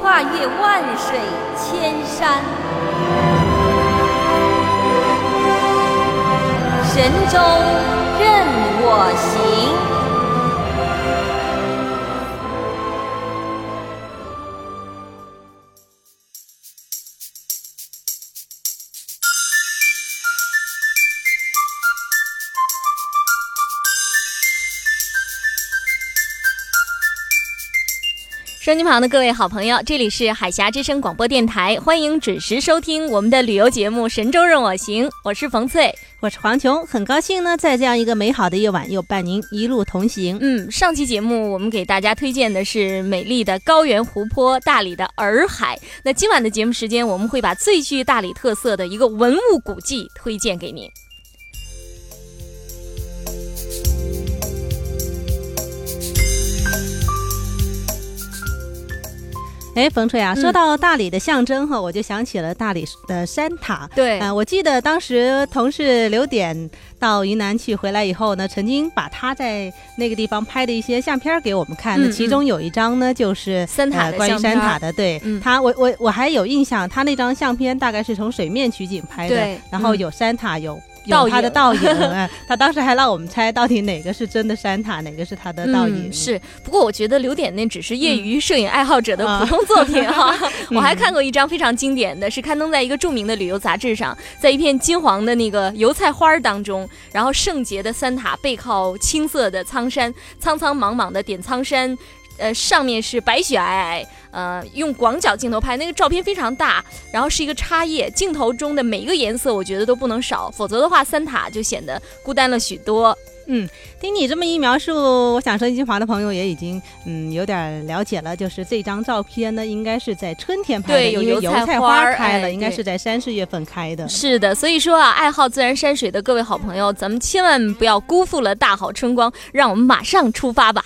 跨越万水千山，神州任我行。收音机旁的各位好朋友，这里是海峡之声广播电台，欢迎准时收听我们的旅游节目《神州任我行》，我是冯翠。我是黄琼，很高兴呢，在这样一个美好的夜晚，又伴您一路同行。嗯，上期节目我们给大家推荐的是美丽的高原湖泊、大理的洱海。那今晚的节目时间，我们会把最具大理特色的一个文物古迹推荐给您。哎，冯翠啊，嗯说到大理的象征哈，我就想起了大理的山塔。对啊、我记得当时同事刘点到云南去回来以后呢，曾经把他在那个地方拍的一些相片儿给我们看。那嗯其中有一张呢，就是三塔呃的关于相山片儿塔的，对、嗯他，我我我还有印象，他那张相片大概是从水面取景拍的对，然后嗯有山塔，有。倒有他的影 倒影，哎他当时还让我们猜到底哪个是真的山塔，哪个是他的倒影。嗯、是，不过我觉得刘点那只是业余摄影爱好者的普通作品哈、我还看过一张非常经典的，是刊登在一个著名的旅游杂志上，在一片金黄的那个油菜花儿当中，然后圣洁的三塔背靠青色的苍山，苍苍茫茫的点苍山。呃，上面是白雪皑皑，呃，用广角镜头拍，那个照片非常大，然后是一个插页，镜头中的每一个颜色，我觉得都不能少，否则的话，三塔就显得孤单了许多。听你这么一描述，我想收音机旁的朋友也已经嗯有点了解了。就是这张照片呢，应该是在春天拍的，对有因为油油菜菜花儿开了，哎应该对是在三四月份开 的。是的，所以说啊，爱好自然山水的各位好朋友，咱们千万不要辜负了大好春光，让我们马上出发吧。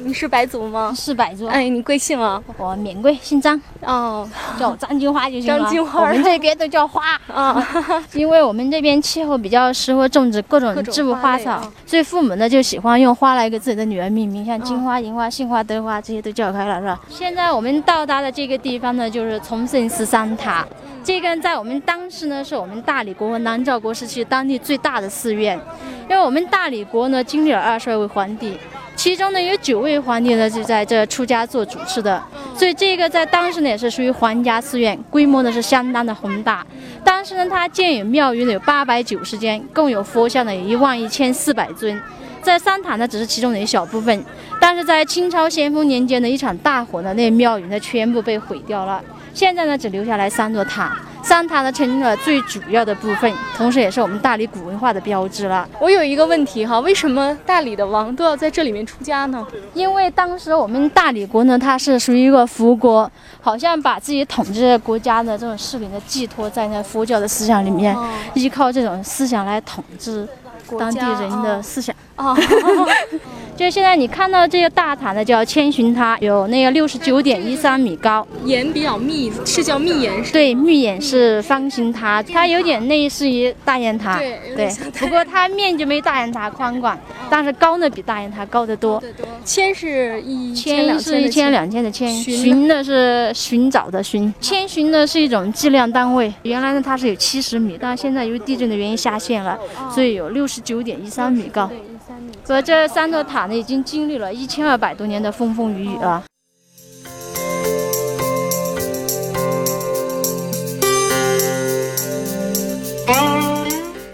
你是白族吗？四百株，哎，你贵姓啊？我免贵，姓张，哦，叫我张金花就行了。张金花我们这边都 叫花，啊，因为我们这边气候比较适合种植各各种种植物花花类草，啊所以父母呢就喜欢用花来给自己的女儿命名，像嗯金花、银花、杏花、德花这些都叫开了，是吧？现在我们到达的这个地方呢，就是崇圣寺三塔。嗯这个在我们当时呢，是我们大理国和南诏国时期当地最大的寺院，嗯因为我们大理国呢经历了二十二位皇帝，其中呢有九位皇帝呢就在这出家做主持的，所以这个在当时呢也是属于皇家寺院，规模呢是相当的宏大。当时呢，它建有庙宇呢有八百九十间，共有佛像呢有一万一千四百尊。在三塔呢，只是其中的一小部分，但是在清朝咸丰年间的一场大火呢，那庙宇呢全部被毁掉了。现在呢，只留下来三座塔，三塔呢成了最主要的部分，同时也是我们大理古文化的标志了。我有一个问题哈，为什么大理的王都要在这里面出家呢？因为当时我们大理国呢，它是属于一个佛国，好像把自己统治的国家的这种势力呢寄托在那佛教的思想里面，哦依靠这种思想来统治当地人的思想。哦， 就是现在你看到这个大塔呢，叫千寻塔，有那个六十九点一三米高，岩比较密，是叫密岩是？对，密眼是方形塔，它有点类似于大雁塔，对有点对像大雁，塔不过它面积没大雁塔宽广，但是高呢比大雁塔高得多。千是一嗯千是一千，两千的千，寻呢寻呢是寻找的寻，千寻呢是一种计量单位。原来呢它是有哦七十米，但现在由于地震的原因下线了，所以有六十九点一三米高。所以这三座塔呢，已经经历了一千二百多年的风风雨雨了。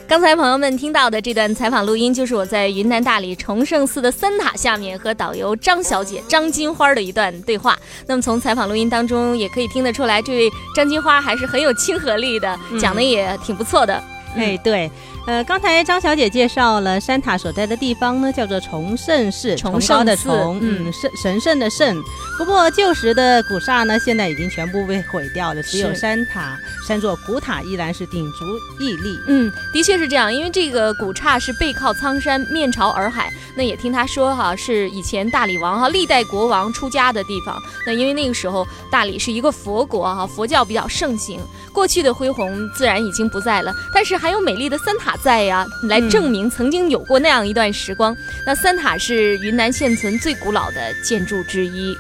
刚才朋友们听到的这段采访录音，就是我在云南大理崇圣寺的三塔下面和导游张小姐张金花的一段对话。那么从采访录音当中也可以听得出来，这位张金花还是很有亲和力的，嗯讲的也挺不错的。哎，对，呃，刚才张小姐介绍了山塔所在的地方呢，叫做崇圣寺，崇崇圣高的寺崇，嗯嗯，圣神圣的圣。不过旧时的古刹呢，现在已经全部被毁掉了，只有是山塔三座古塔依然是鼎足屹立。嗯，的确是这样，因为这个古刹是背靠苍山，面朝洱海。那也听他说哈，是以前大理王哈历代国王出家的地方。那因为那个时候大理是一个佛国哈，佛教比较盛行，过去的恢宏自然已经不在了，但是还有美丽的三塔在呀、来嗯证明曾经有过那样一段时光。那三塔是云南现存最古老的建筑之一。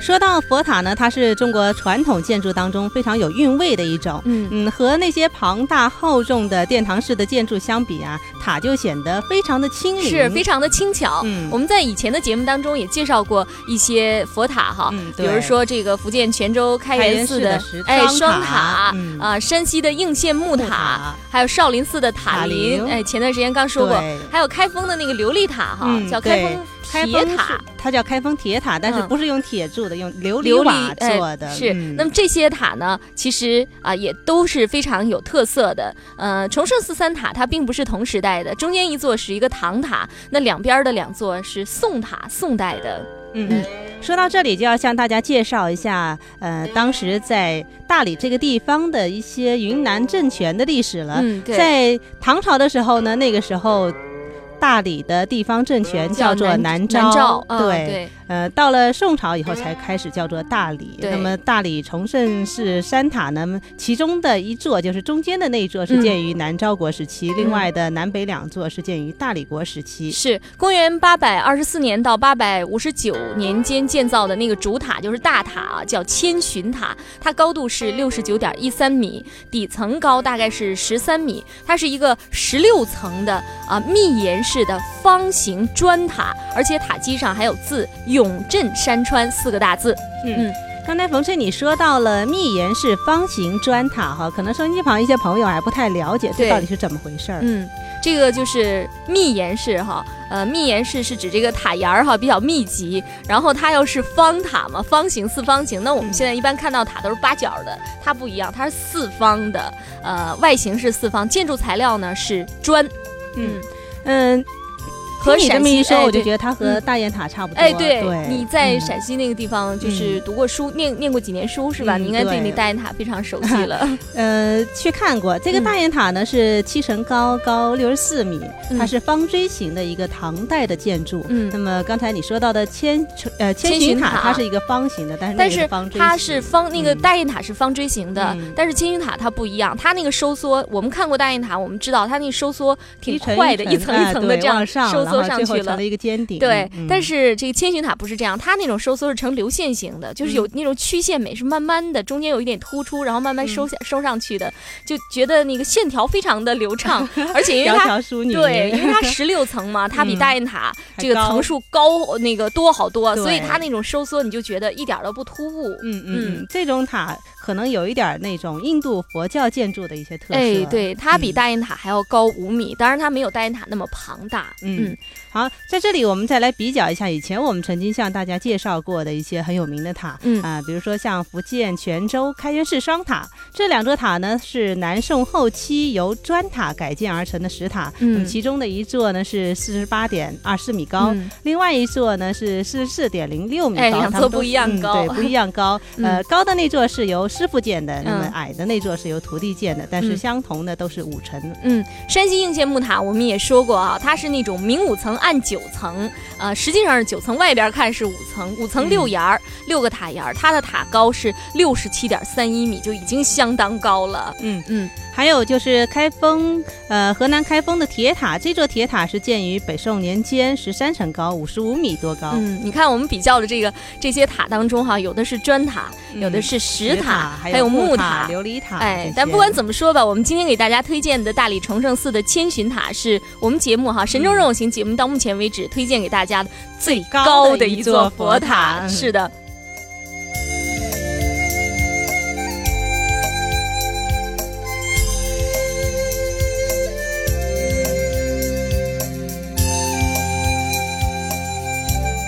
说到佛塔呢，它是中国传统建筑当中非常有韵味的一种。嗯嗯，和那些庞大厚重的殿堂式的建筑相比啊，塔就显得非常的轻盈，是非常的轻巧。嗯我们在以前的节目当中也介绍过一些佛塔哈，嗯比对如说这个福建泉州开开元元寺寺的石哎窗双塔塔嗯啊，山西的应县木木塔塔，还有少林寺的塔塔林，林哎，前段时间刚说过对，还有开封的那个琉璃塔哈，嗯叫开对开铁封塔是。它叫开封铁塔，但是嗯不是用铁铸的，用琉琉璃璃瓦哎做的。是。嗯那么这些塔呢，其实啊、也都是非常有特色的。呃，崇圣寺三塔它并不是同时代的，中间一座是一个唐塔，那两边儿的两座是宋塔，宋代的。嗯，说到这里就要向大家介绍一下，呃，当时在大理这个地方的一些云南政权的历史了。嗯，对。呃在唐朝的时候呢，那个时候。大理的地方政权叫做南南诏，啊对，对，呃，到了宋朝以后才开始叫做大理。对那么大理崇圣寺三塔呢，其中的一座就是中间的那一座是建于南诏国时期，另外的南北两座是建于大理国时期。是公元八百二十四年到八百五十九年间建造的那个主塔，就是大塔啊，叫千寻塔，它高度是六十九点一三米，底层高大概是十三米，它是一个十六层的啊密檐式的方形砖塔，而且塔基上还有字“永镇山川”四个大字。刚才冯翠你说到了密檐式方形砖塔哈，可能收音机旁一些朋友还不太了解对这到底是怎么回事儿。嗯，这个就是密檐式哈，呃，密檐式是指这个塔檐儿哈比较密集，然后它要是方塔嘛，方形四方形。那我们现在一般看到塔都是八角的，它不一样，它是四方的，呃，外形是四方，建筑材料呢是砖。嗯嗯，和听你陕这么西一哎说，我就对觉得它和大雁塔差不多。哎，对对，，你在嗯陕西那个地方就是读过书，念念过几年书是吧？嗯你应该对对那大雁塔非常熟悉了。 呃，去看过这个嗯大雁塔呢，是七层高，高六十四米，嗯它是方锥形的一个唐代的建筑。嗯那么刚才你说到的千呃千寻寻塔塔，它是一个方形的，但是那但个是方锥它形是方那个嗯大雁塔是方锥形的，嗯但是千寻塔它不一样，它那个收缩，我们看过大雁塔，我们知道它那个收缩挺一层快的，一层一哎层的对这样往上收然缩后上最后去成了了。一个尖顶。对，嗯但是这个千寻塔不是这样，它那种收缩是呈流线型的，就是有嗯那种曲线美，是慢慢的，中间有一点突出，然后慢慢嗯收下、收上去的，就觉得那个线条非常的流畅， 而且因为窈它窕淑女， 对，因为它十六层嘛，它比嗯大雁塔还这个层高数高那个多好多，所以对它那种收缩你就觉得一点儿都不突兀。嗯嗯嗯嗯，这种塔可能有一点儿那种印度佛教建筑的一些特色。哎，，对，它比嗯大雁塔还要高五米，当然它没有大雁塔那么庞大。嗯，好，在这里我们再来比较一下以前我们曾经向大家介绍过的一些很有名的塔，嗯啊、比如说像福建泉州开元寺双塔，这两座塔呢是南宋后期由砖塔改建而成的石塔，嗯那么其中的一座呢是四十八点二四米高，嗯另外一座呢是四十四点零六米高，哎两它座们不都一样嗯高对，不一样高，呃， 嗯高的那座是由师傅建的，那么嗯矮的那座是由徒弟建的，但是嗯相同的都是五层，嗯，山西应县木塔我们也说过啊，它是那种明五层暗九层，呃，实际上是九层，外边看是五层，五层嗯六檐儿，六个塔檐儿，它的塔高是六十七点三一米，就已经相当高了。嗯嗯，还有就是开封，呃，河南开封的铁塔，这座铁塔是建于北宋年间，十三层高，五十五米多高。嗯，你看我们比较的这个这些塔当中哈，有的是砖塔，嗯有的是石石塔，还有木塔。琉璃塔。哎这，但些不管怎么说吧，我们今天给大家推荐的大理崇圣寺的千寻塔，是我们节目哈《神州任我行》节目到目前为止推荐给大家的嗯最高高的的一一座座佛佛塔。嗯塔是的，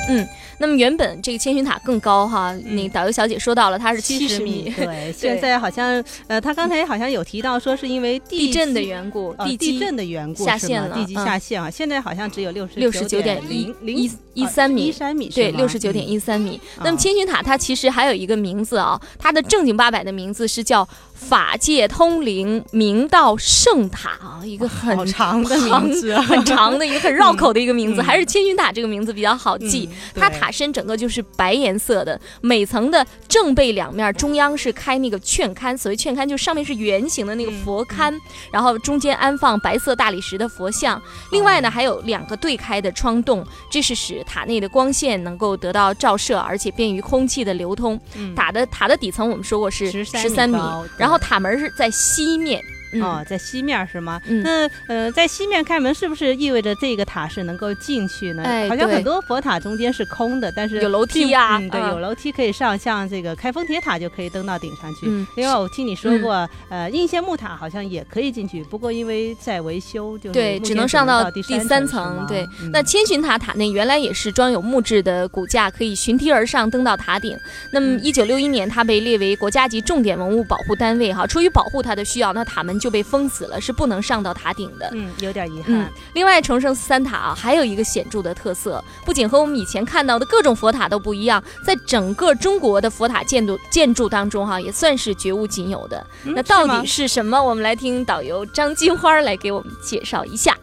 嗯那么原本这个千寻塔更高哈，嗯那导游小姐说到了，它是七70十米，米。 对，现在好像呃，他刚才好像有提到说是因为地地震的基缘故，哦基地震的缘故下是陷吗了地基嗯下陷啊，现在好像只有六十六十九点点一零零一一三米一，三米对，六十九点一。一三米。嗯那么千寻塔它其实还有一个名字啊，它的正经八百的名字是叫法界通灵明道圣塔啊，一个很好长的名字啊， 很长的一个很绕口的一个名字，嗯还是千寻塔这个名字比较好记。嗯它对塔身整个就是白颜色的，每层的正背两面中央是开那个券龛，所谓券龛就是上面是圆形的那嗯个佛龛，然后中间安放白色大理石的佛像。另外哦呢，还有两个对开的窗洞，这是使塔内的光线能够得到照射，而且便于空气的流通。 嗯塔的塔的底层我们说过是13十三米高对然后塔门是在西面。嗯、哦，在西面是吗？嗯那呃，在西面开门是不是意味着这个塔是能够进去呢？哎好像对很多佛塔中间是空的，但是有楼并梯啊嗯，对，嗯有楼梯可以上，像这个开封铁塔就可以登到顶上去。嗯另外，我听你说过，呃，应县木塔好像也可以进去，不过因为在维修，就是对，呃目只前能上到第三是层吗。对，嗯那千寻塔塔内原来也是装有木质的骨架，可以循梯而上登到塔顶。那嗯么，一九六一年，它被列为国家级重点文物保护单位哈。出于保护它的需要，那塔门就被封死了，是不能上到塔顶的。嗯，有点遗憾。嗯，另外，崇圣寺三塔啊，还有一个显著的特色，不仅和我们以前看到的各种佛塔都不一样，在整个中国的佛塔建筑建筑当中哈、也算是绝无仅有的。嗯那到是吗底是什么？我们来听导游张金花来给我们介绍一下。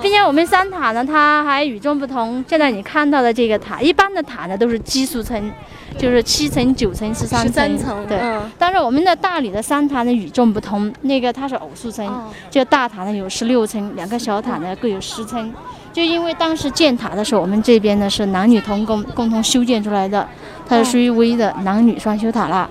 并且我们三塔呢，它还与众不同。现在你看到的这个塔，一般的塔呢都是基数层，就是七层、九层、十三13层对，嗯但是我们的大理的三塔呢与众不同，那个它是偶数层，哦这个大塔呢有十六层，两个小塔呢各有十层。就因为当时建塔的时候，我们这边呢是男女同工共同修建出来的，它是属于唯一的男女双修塔了。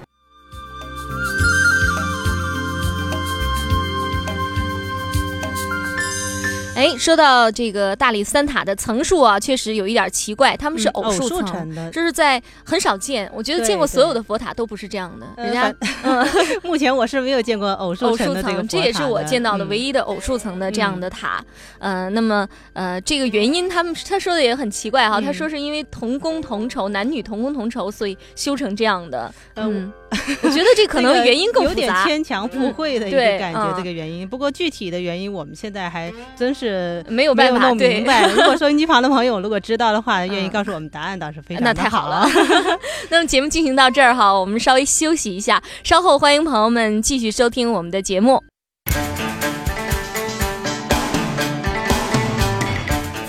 哎，说到这个大理三塔的层数啊，确实有一点奇怪，他们是嗯偶数层，层的。这是在很少见。我觉得对见过所有的佛塔都不是这样的，呃人家、 目前我是没有见过偶数偶层数的这个层，佛这也塔是我见到的嗯唯一的偶数层的这样的塔。呃，那么呃，这个原因他们他说的也很奇怪哈、嗯他说是因为同工同酬，男女同工同酬，所以修成这样的。呃嗯， 我觉得这可能这个原因更有复点杂。牵强附会的一个对感嗯觉，这个原因。不过具体的原因，我们现在还真是没有没办有法弄明对，白。如果收音机旁的朋友如果知道的 话，愿意嗯告诉我们答案，倒是非常那的太好好啊 了。 那么节目进行到这儿哈，我们稍微休息一下，稍后欢迎朋友们继续收听我们的节目。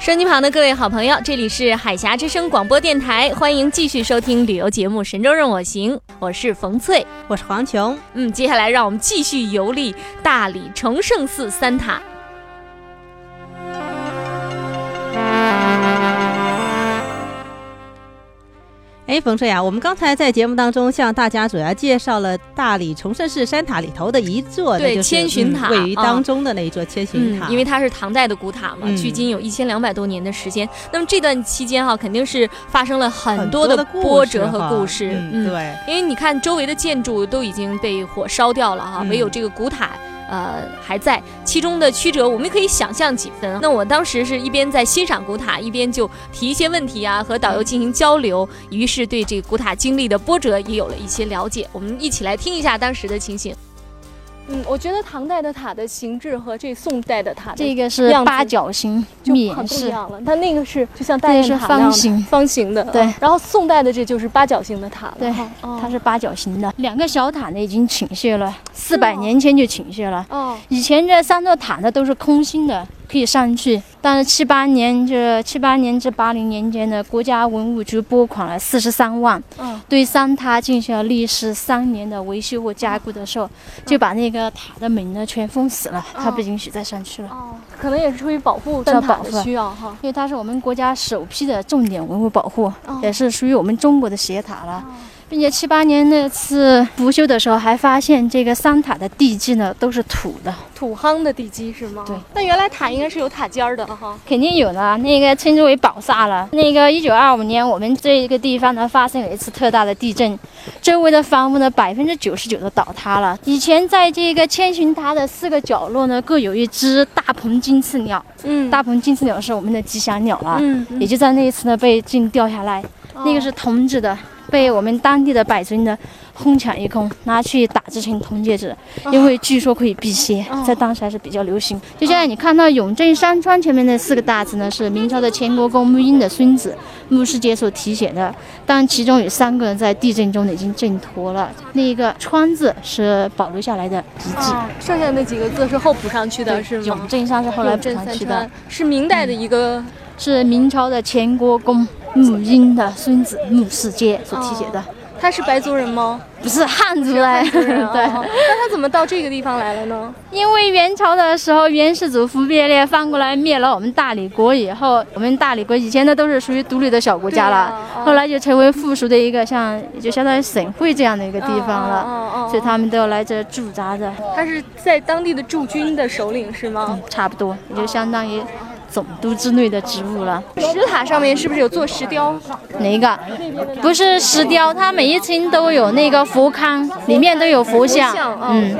收音机旁的各位好朋友，这里是海峡之声广播电台，欢迎继续收听旅游节目《神州任我行》，我是冯翠。我是黄琼，嗯，接下来让我们继续游历大理崇圣寺三塔。哎，冯翠雅，我们刚才在节目当中向大家主要介绍了大理崇圣寺山塔里头的一座，对那就是千寻塔嗯位于啊当中的那一座千寻塔，嗯因为它是唐代的古塔嘛，嗯距今有一千两百多年的时间。那么这段期间哈、肯定是发生了很很多的故波事折和哈故事。嗯，对。因为你看周围的建筑都已经被火烧掉了哈、嗯唯有这个古塔。呃还在，其中的曲折我们可以想象几嗯分。那我当时是一边在欣赏古塔，一边就提一些问题啊，和导游进行交流，于是对这个古塔经历的波折也有了一些了解。我们一起来听一下当时的情形。嗯，我觉得唐代的塔的形制和这宋代的塔这个是样子八角星就很免不一式，样了。它那个是就像大这雁个是塔那样方的形，方形的，对嗯然后宋代的这就是八角形的塔了，对哈哦、它是八角形的。两个小塔呢已经倾斜了，四百年前就倾斜了。哦，以前这三座塔呢都是空心的，可以上去。但是七八年这七八年至八零年间呢，国家文物局拨款了四十三万，嗯，对三塔进行了历时三年的维修和加固的时候，就把那个塔的门呢全封死了，它不允许再上去了。哦，可能也是出于保护这灯保塔护的需要哈。因为它是我们国家首批的重点文物保护，哦也是属于我们中国的斜塔了。并且七八年那次补修的时候，还发现这个三塔的地基呢都是土的，土夯的地基是吗？对。那原来塔应该是有塔尖儿的哈。肯定有的，那个称之为宝刹了。那个一九二五年，我们这个地方呢发生了一次特大的地震，周围的房屋呢百分之九十九都倒塌了。以前在这个千寻塔的四个角落呢，各有一只大鹏金翅鸟，嗯大鹏金翅鸟是我们的吉祥鸟啊，嗯哦也就在那一次呢被震掉下来，那个是铜制的。被我们当地的百姓呢哄抢一空，拿去打制成铜戒指，啊因为据说可以辟邪，在当时还是比较流行。就像你看到永镇山川前面那四个大字呢，是明朝的前国公穆英的孙子穆世杰所题写的，但其中有三个人在地震中呢已经挣脱了。那个“川”字是保留下来的遗迹，哦，剩下那几个字是后补上去的，是吗？永镇山是后来永补镇上三去的川，是明代的嗯一个是明朝的前国公穆英的孙子穆世杰所题啊写的，他是白族人吗？ 不是汉族哎，汉族人对。哦那他怎么到这个地方来了呢？因为元朝的时候，元世祖忽必烈翻过来灭了我们大理国以后，我们大理国以前呢都是属于独立的小国家了，对啊后来就成为附属的一个像，就相当于省会这样的一个地方了，哦哦哦哦哦所以他们都来这驻扎着，他是在当地的驻军的首领是吗？差不多也就相当于总督之类的职务了。石塔上面是不是有做石雕？哪一个？不是石雕，它每一层都有那个佛龛，里面都有佛像，佛像哦嗯。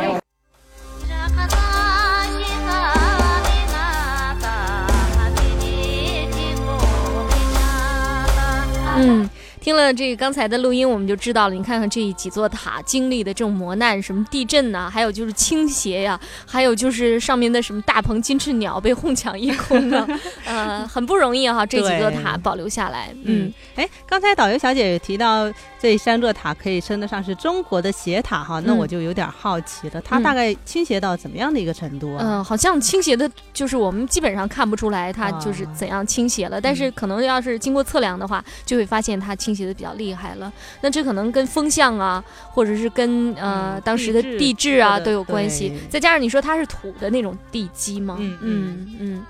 嗯，听了这个刚才的录音，我们就知道了。你看看这几座塔经历的这种磨难，什么地震呐、还有就是倾斜呀、还有就是上面的什么大鹏金翅鸟被哄抢一空啊，呃，很不容易哈、这几座塔保留下来。嗯嗯，，哎，刚才导游小姐也提到这三座塔可以称得上是中国的斜塔哈，那嗯我就有点好奇了，它嗯大概倾斜到怎么样的一个程度啊？嗯、好像倾斜的，就是我们基本上看不出来它啊就是怎样倾斜了，嗯但是可能要是经过测量的话，就会发现它倾斜的比较厉害了。那这可能跟风向啊，或者是跟呃、嗯当时的地质地质啊或者都有关系对。再加上你说它是土的那种地基吗？嗯嗯嗯。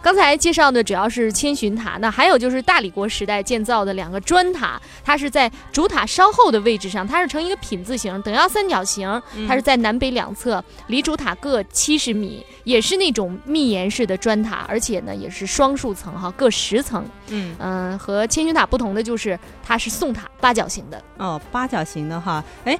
刚才介绍的主要是千寻塔，那还有就是大理国时代建造的两个砖塔，它是在主塔稍后的位置上，它是呈一个品字形、等腰三角形，嗯它是在南北两侧，离主塔各七十米，也是那种密檐式的砖塔，而且呢也是双数层哈，各十层。嗯嗯、和千寻塔不同的就是它是宋塔八角形的。哦，八角形的哈，哎。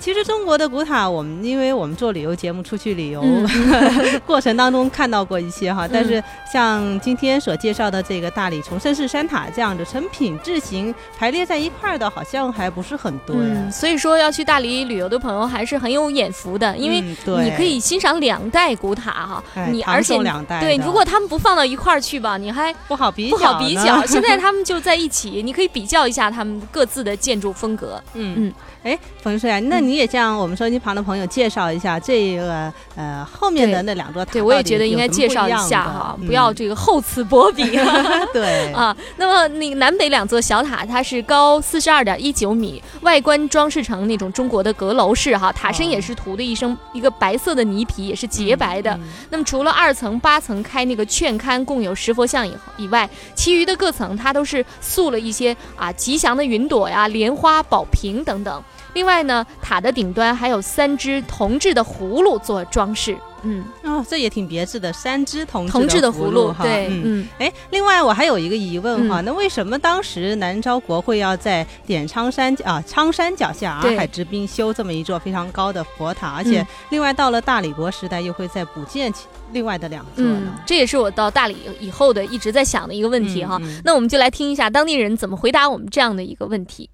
其实中国的古塔，我们因为我们做旅游节目出去旅游、嗯 过程当中看到过一些哈，但是像今天所介绍的这个大理崇圣寺山塔这样的成品制型排列在一块儿的，好像还不是很多呀。嗯，所以说要去大理旅游的朋友还是很有眼福的，因为嗯对你可以欣赏两代古塔哈，哎你唐而且宋两代对，的如果他们不放到一块儿去吧，你还不好比不好比呢较。现 在他们就在一起，你可以比较一下他们各自的建筑风格。嗯，哎，冯帅，那嗯你也向我们收音机旁的朋友介绍一下这个呃后面的对那两座塔 到底有什么不样的，对，我也觉得应该介绍一下哈，不要这个厚此薄彼。嗯对 啊，那么那个南北两座小塔，它是高四十二点一九米，外观装饰成那种中国的阁楼式哈，塔身也是涂的一身一个白色的泥皮，也是洁白的。那么除了二层、八层开那个券龛共有十佛像以以外，其余的各层它都是塑了一些啊吉祥的云朵呀、莲花、宝瓶等等。另外呢，塔塔的顶端还有三只铜制的葫芦做装饰。嗯，哦，这也挺别致的，三只铜铜制的的葫芦，哈，对，嗯。嗯哎，另外我还有一个疑问哈，那为什么当时南诏国会要在点苍山啊苍山脚下洱对海之滨修这么一座非常高的佛塔，而且嗯另外到了大理国时代又会再补建起另外的两座嗯呢？，这也是我到大理以后的一直在想的一个问题哈。嗯嗯那我们就来听一下当地人怎么回答我们这样的一个问题。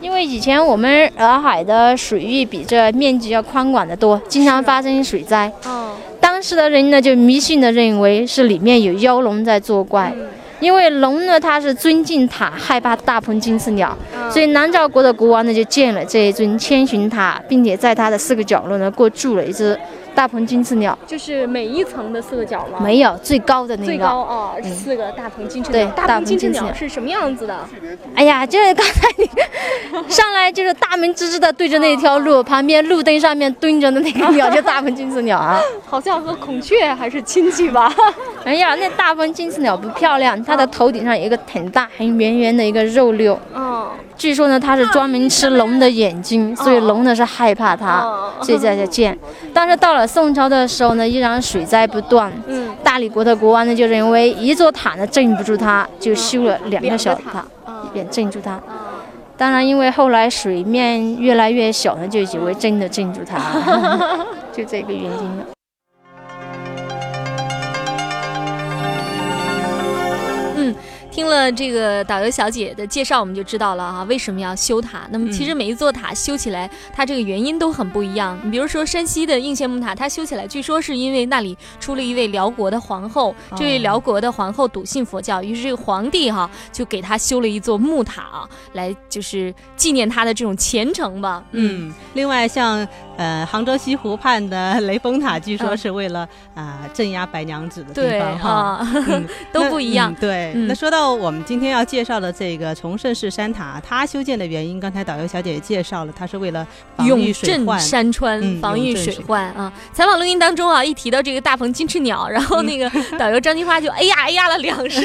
因为以前我们洱海的水域比这面积要宽广得多，经常发生水灾。哦，当时的人呢，就迷信的认为是里面有妖龙在作怪，哎因为龙呢，它是尊敬塔，害怕大鹏金翅鸟，嗯嗯所以南诏国的国王呢就建了这一尊千寻塔，并且在它的四个角落呢各筑了一只大鹏金翅鸟，就是每一层的四个角吗？没有最高的那个。最哦高啊，嗯四个大鹏金翅对鸟。大大鹏鹏金翅金翅鸟鸟是什么样子的？哎呀，就是刚才你 上来就是大门直直的对着那条路，旁边路灯上面蹲着的那个鸟就大鹏金翅鸟啊。好像和孔雀还是亲戚吧？哎呀，那大鹏金翅鸟不漂亮，它的头顶上有一个很大很圆圆的一个肉瘤。嗯，据说呢，它是专门吃龙的眼睛，所以龙呢是害怕它，哦所以在这建。但是到了宋朝的时候呢，依然水灾不断。嗯，大理国的国王呢就认为一座塔呢镇不住它，就修了两个小塔，嗯以便镇住它。当然，因为后来水面越来越小呢，就以为真的镇住它 了， 就这个原因了。听了这个导游小姐的介绍，我们就知道了啊，为什么要修塔。嗯那么其实每一座塔修起来，它这个原因都很不一样。你比如说山西的应县木塔，它修起来据说是因为那里出了一位辽国的皇后，哦这位辽国的皇后笃信佛教，于是这个皇帝哈、就给她修了一座木塔啊，来就是纪念她的这种虔诚吧。嗯嗯，另外像呃杭州西湖畔的雷峰塔，据说嗯是为了啊、镇压嗯白娘子的地对方哈，啊，嗯 都不一样那嗯。对，嗯那说到我们今天要介绍的这个崇圣寺山塔，它修建的原因，刚才导游小姐也介绍了，它是为了防御永水镇患。山川，嗯防永御镇水水患啊！采访录音当中啊，一提到这个大鹏金翅鸟，然嗯后那个导游张金花就哎呀哎呀了两 声，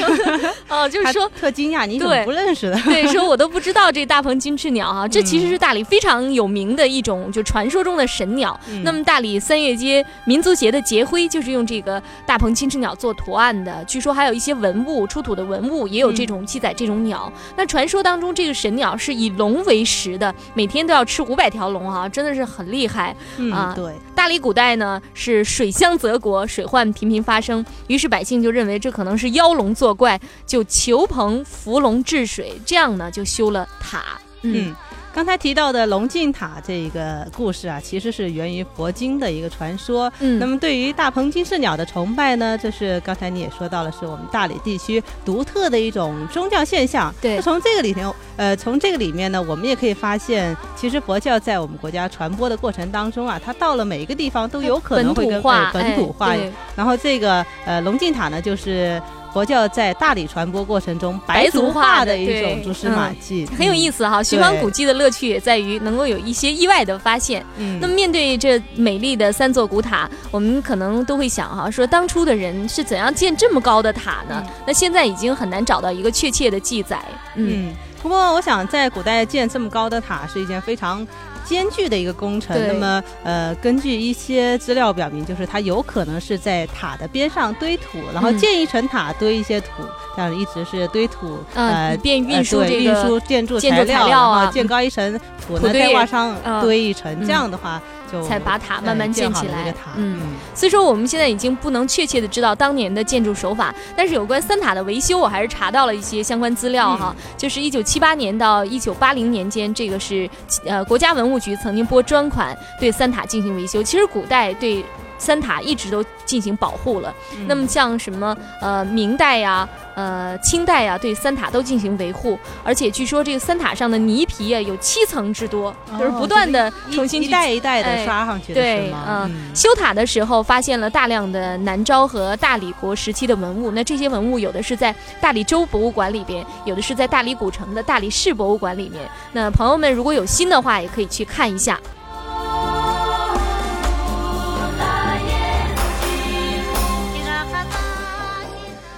哦、就是她说。特惊讶，你怎对么不认识的？ 对，说我都不知道这大鹏金翅鸟啊，这其实是大理非常有名的一种就传说中的神鸟。嗯那么大理三月街民族协的节徽就是用这个大鹏金翅鸟做图案的，据说还有一些文物出土的文物也有这种记载这种鸟。那传说当中这个神鸟是以龙为食的，每天都要吃五百条龙啊，真的是很厉害。嗯，啊对，大理古代呢是水乡泽国，水患频频发生，于是百姓就认为这可能是妖龙作怪，就求蓬伏龙治水，这样呢就修了塔。嗯嗯。刚才提到的龙镜塔这一个故事啊，其实是源于佛经的一个传说。嗯那么对于大鹏金翅鸟的崇拜呢，这是刚才你也说到了，是我们大理地区独特的一种宗教现象。对那从这个里头，呃，从这个里面呢，我们也可以发现，其实佛教在我们国家传播的过程当中啊，它到了每一个地方都有可能本会土跟化哎，本土化。哎对然后这个呃龙镜塔呢，就是。佛教在大理传播过程中白白族族化化的的一对种蛛丝马嗯迹，很有意思。思哈，寻访对古迹的乐趣也在于能够有一些意外的发现。嗯，那么面对这美丽的三座古塔，我们可能都会想哈、说当初的人是怎样建这么高的塔呢？嗯那现在已经很难找到一个确切的记载。嗯，嗯，不过我想在古代建这么高的塔是一件非常。艰巨的一个工程，对那么呃，根据一些资料表明，就是它有可能是在塔的边上堆土，然后嗯建一层塔堆一些土，这样一直是堆土，呃，呃，以便运输呃对这个运输建筑建材筑材料啊然后建高一层土土呢，堆再往上嗯堆一层，嗯这样的话就才把塔呃慢慢建好起了来。这个塔，嗯，，所以说我们现在已经不能确切的知道当年的建筑手法，但是有关三塔的维修，我还是查到了一些相关资料哈。嗯就是一九七八年到一九八零年间，这个是呃国家文物局曾经拨专款对三塔进行维修。其实古代对。三塔一直都进行保护了，嗯那么像什么呃明代呀、呃清代呀、对三塔都进行维护，而且据说这个三塔上的泥皮啊有七层之多，就是哦不断的一重新一去代一代的哎刷上去的对是吗？嗯修塔的时候发现了大量的南诏和大理国时期的文物，那这些文物有的是在大理州博物馆里边，有的是在大理古城的大理市博物馆里面。那朋友们如果有心的话，也可以去看一下。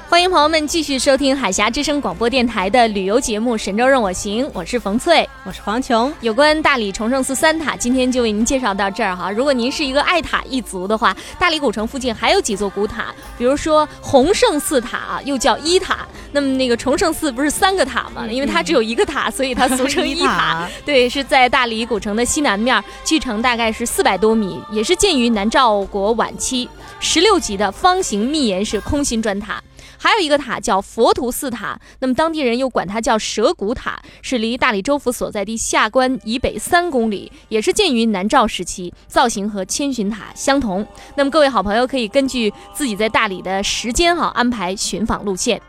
欢迎朋友们继续收听海峡之声广播电台的旅游节目《神州任我行》，我是冯翠。我是黄琼，哦有关大理崇圣寺三塔，今天就为您介绍到这儿哈。如果您是一个爱塔一族的话，大理古城附近还有几座古塔，比如说洪圣寺塔啊，又叫一塔。那么那个崇圣寺不是三个塔吗？因为它只有一个塔，所以它俗称一塔。塔，对，是在大理古城的西南面，距城大概是四百多米，也是建于南诏国晚期，十六级的方形密檐式空心砖塔。还有一个塔叫佛图寺塔，那么当地人又管它叫蛇骨塔，是离大理州府所在地下关以北三公里，也是建于南诏时期，造型和千寻塔相同。那么各位好朋友可以根据自己在大理的时间哈、安排寻访路线。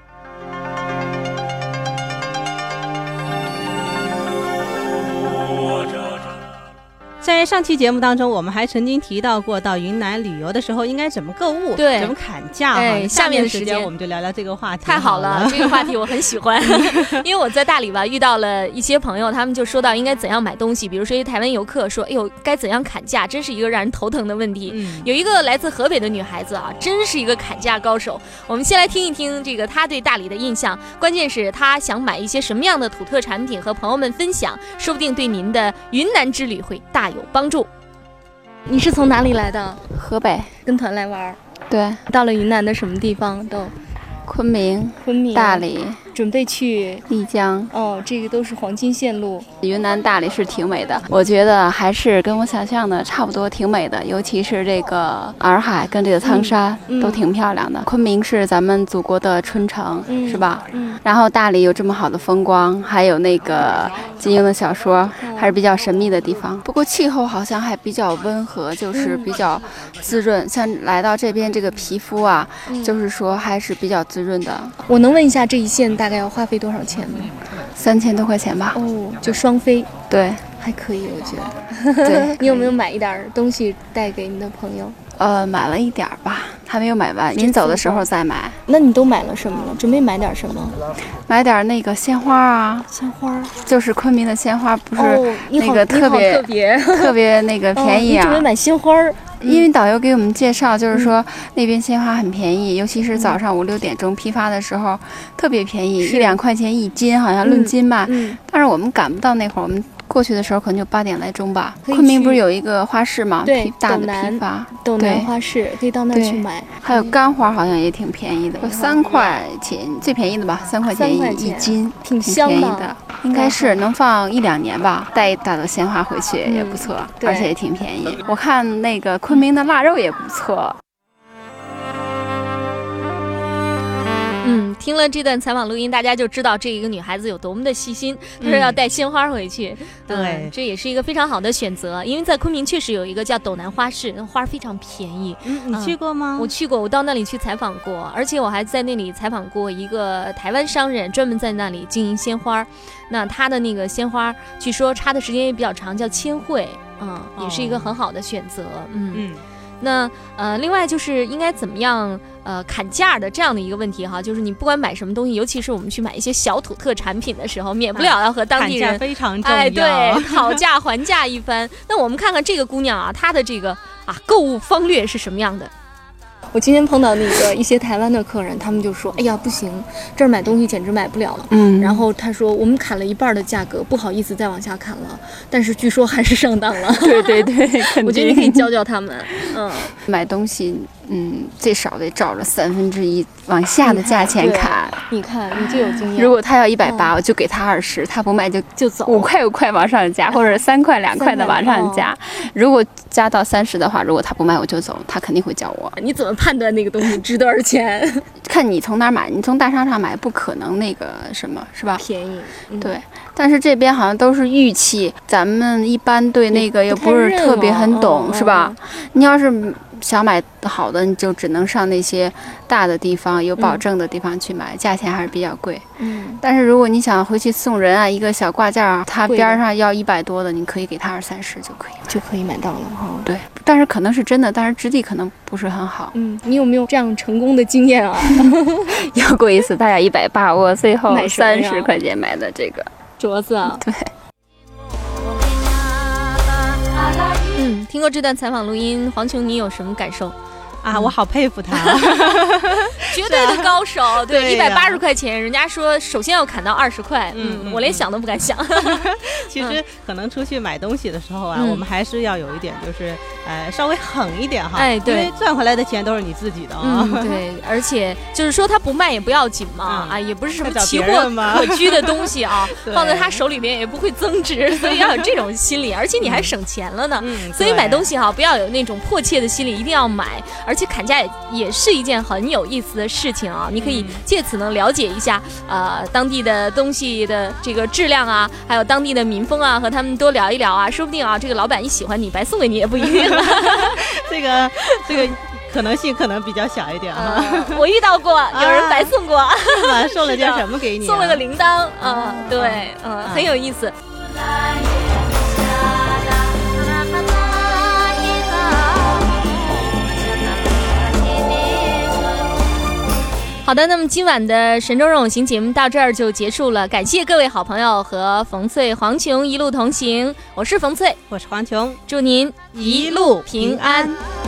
在上期节目当中，我们还曾经提到过，到云南旅游的时候应该怎么购物，对怎么砍价哎哈。下面的时时间我们就聊聊这个话题。太好了了，，这个话题我很喜欢，因为我在大理吧遇到了一些朋友，他们就说到应该怎样买东西，比如说一台湾游客说，哎呦该怎样砍价，真是一个让人头疼的问题。嗯，有一个来自河北的女孩子啊，真是一个砍价高手。我们先来听一听这个她对大理的印象，关键是她想买一些什么样的土特产品和朋友们分享，说不定对您的云南之旅会大有帮助。你是从哪里来的？河北，跟团来玩儿，对，到了云南的什么地方都？昆明、昆明、大，理、准备去。丽江，哦，这个都是黄金线路。云南大理是挺美的，我觉得还是跟我想象的差不多，挺美的。尤其是这个洱海跟这个苍山、嗯嗯都挺漂亮的。昆明是咱们祖国的春城，嗯是吧？嗯，然后大理有这么好的风光，还有那个金庸的小说，嗯还是比较神秘的地方。不过气候好像还比较温和，就是嗯比较滋润。像来到这边，这个皮肤啊，嗯就是说还是比较滋润的，我能问一下这一线大概要花费多少钱吗？三千多块钱吧。哦，就双飞，对还可以，我觉得。，对 你有没有买一点儿东西带给你的朋友？呃，买了一点儿吧，还没有买完，临走的时候再买。那你都买了什么了？准备买点儿什么？买点儿那个鲜花啊，鲜花儿。就是昆明的鲜花，不是哦，你好，那个你特好别特别。特别那个便宜哦、你准备啊。买嗯鲜花儿，因为导游给我们介绍，就是说那边鲜花很便宜，尤其是嗯早上五六点钟批发的时候，特别便宜，一两块钱一斤，好像论斤卖。嗯，但是我们赶不到那会儿，我们过去的时候可能就八点来钟吧。可以昆明不是去有一个花市嘛，对批大斗的南批发，斗南对花市可以到那儿去对买，还有干花好像也挺便宜的，有三块钱最便宜的吧，三块嗯钱三一块一钱斤，挺挺香便宜的的。，应该是能放一两年吧。带一大朵鲜花回去也不错，嗯对而且也挺便宜。我看那个昆明的腊肉也不 错，嗯，听了这段采访录音，大家就知道这一个女孩子有多么的细心。她说要带鲜花回去，对嗯这也是一个非常好的选择，因为在昆明确实有一个叫斗南花市，那花儿非常便宜。嗯你去过吗？我去过，我到那里去采访过，而且我还在那里采访过一个台湾商人，专门在那里经营鲜花儿。那他的那个鲜花儿，据说插的时间也比较长，叫千惠，嗯，也是一个哦很好的选择，嗯嗯，那呃，另外就是应该怎么样呃砍价的这样的一个问题哈，就是你不管买什么东西，尤其是我们去买一些小土特产品的时候，免不了要和当啊砍地价人。非常重要。啊哎，对，讨价还价一番。那我们看看这个姑娘啊，她的这个啊购物方略是什么样的？我今天碰到那个一些台湾的客人，他们就说：“哎呀，不行，这儿买东西简直买不了了。”嗯然后他说：“我们砍了一半的价格，不好意思再往下砍了，但是据说还是上当 了。对对对，肯我觉得你可以教教他们。嗯， 买东西，嗯，最少得照着三分之一往下的价钱对砍。你看你就有经验，如果他要一百八，嗯我就给他二十，他不卖就就走五块五块往上加，或者三块两块的往上哦加。如果加到三十的话，如果他不卖我就走，他肯定会叫我。你怎么判断那个东西值多少 钱？看你从哪儿买，你从大商场买不可能那个什么是吧？便宜，嗯对，但是这边好像都是玉器，咱们一般对那个又不太不是认特别哦很嗯懂，嗯是吧？你要是想买好的，你就只能上那些大的地方、有保嗯证的地方去买，价钱还是比较贵。嗯，但是如果你想回去送人啊，一个小挂件儿，它贵边的儿上要一百多的，你可以给他二三十就可以了。就可以买到了哈。对，但是可能是真的，但是质地可能不是很好。嗯，你有没有这样成功的经 验啊？要过一次大概一百八，我最后买什么三呀十块钱买的这个。镯子啊，对， 嗯，听过这段采访录音，黄琼，你有什么感受？啊，我好佩服他， 绝对的高手，对，对一百呀八十块钱，人家说首先要砍到二十块，嗯嗯，嗯我连想都不敢想，其实可能出去买东西的时候啊，嗯我们还是要有一点，就是呃稍微狠一点哈。哎对因为赚回来的钱都是你自己的啊、嗯，对，而且就是说他不卖也不要紧嘛，嗯啊，也不是什么再找奇别货人嘛可居的东西啊， 对放在他手里边也不会增值，所以要有这种心理，而且你还省钱了呢。嗯所以买东西西哈、不要有那种迫切的心理，一定要买。而且砍价也也是一件很有意思的事情啊，你可以嗯借此能了解一下呃当地的东西的这个质量啊，还有当地的民风啊，和他们多聊一聊啊，说不定啊这个老板一喜欢你，白送给你也不一定。 这个这个可能性可能比较小一点啊。呃 我遇到过有人白送过。是吧送了件什么给你、啊？嗯送了个铃铛，嗯，对，嗯，嗯很有意思。好的，那么今晚的《神州任我行》节目到这儿就结束了，感谢各位好朋友和冯翠、黄琼一路同行，我是冯翠，我是黄琼，祝您一路平安。平安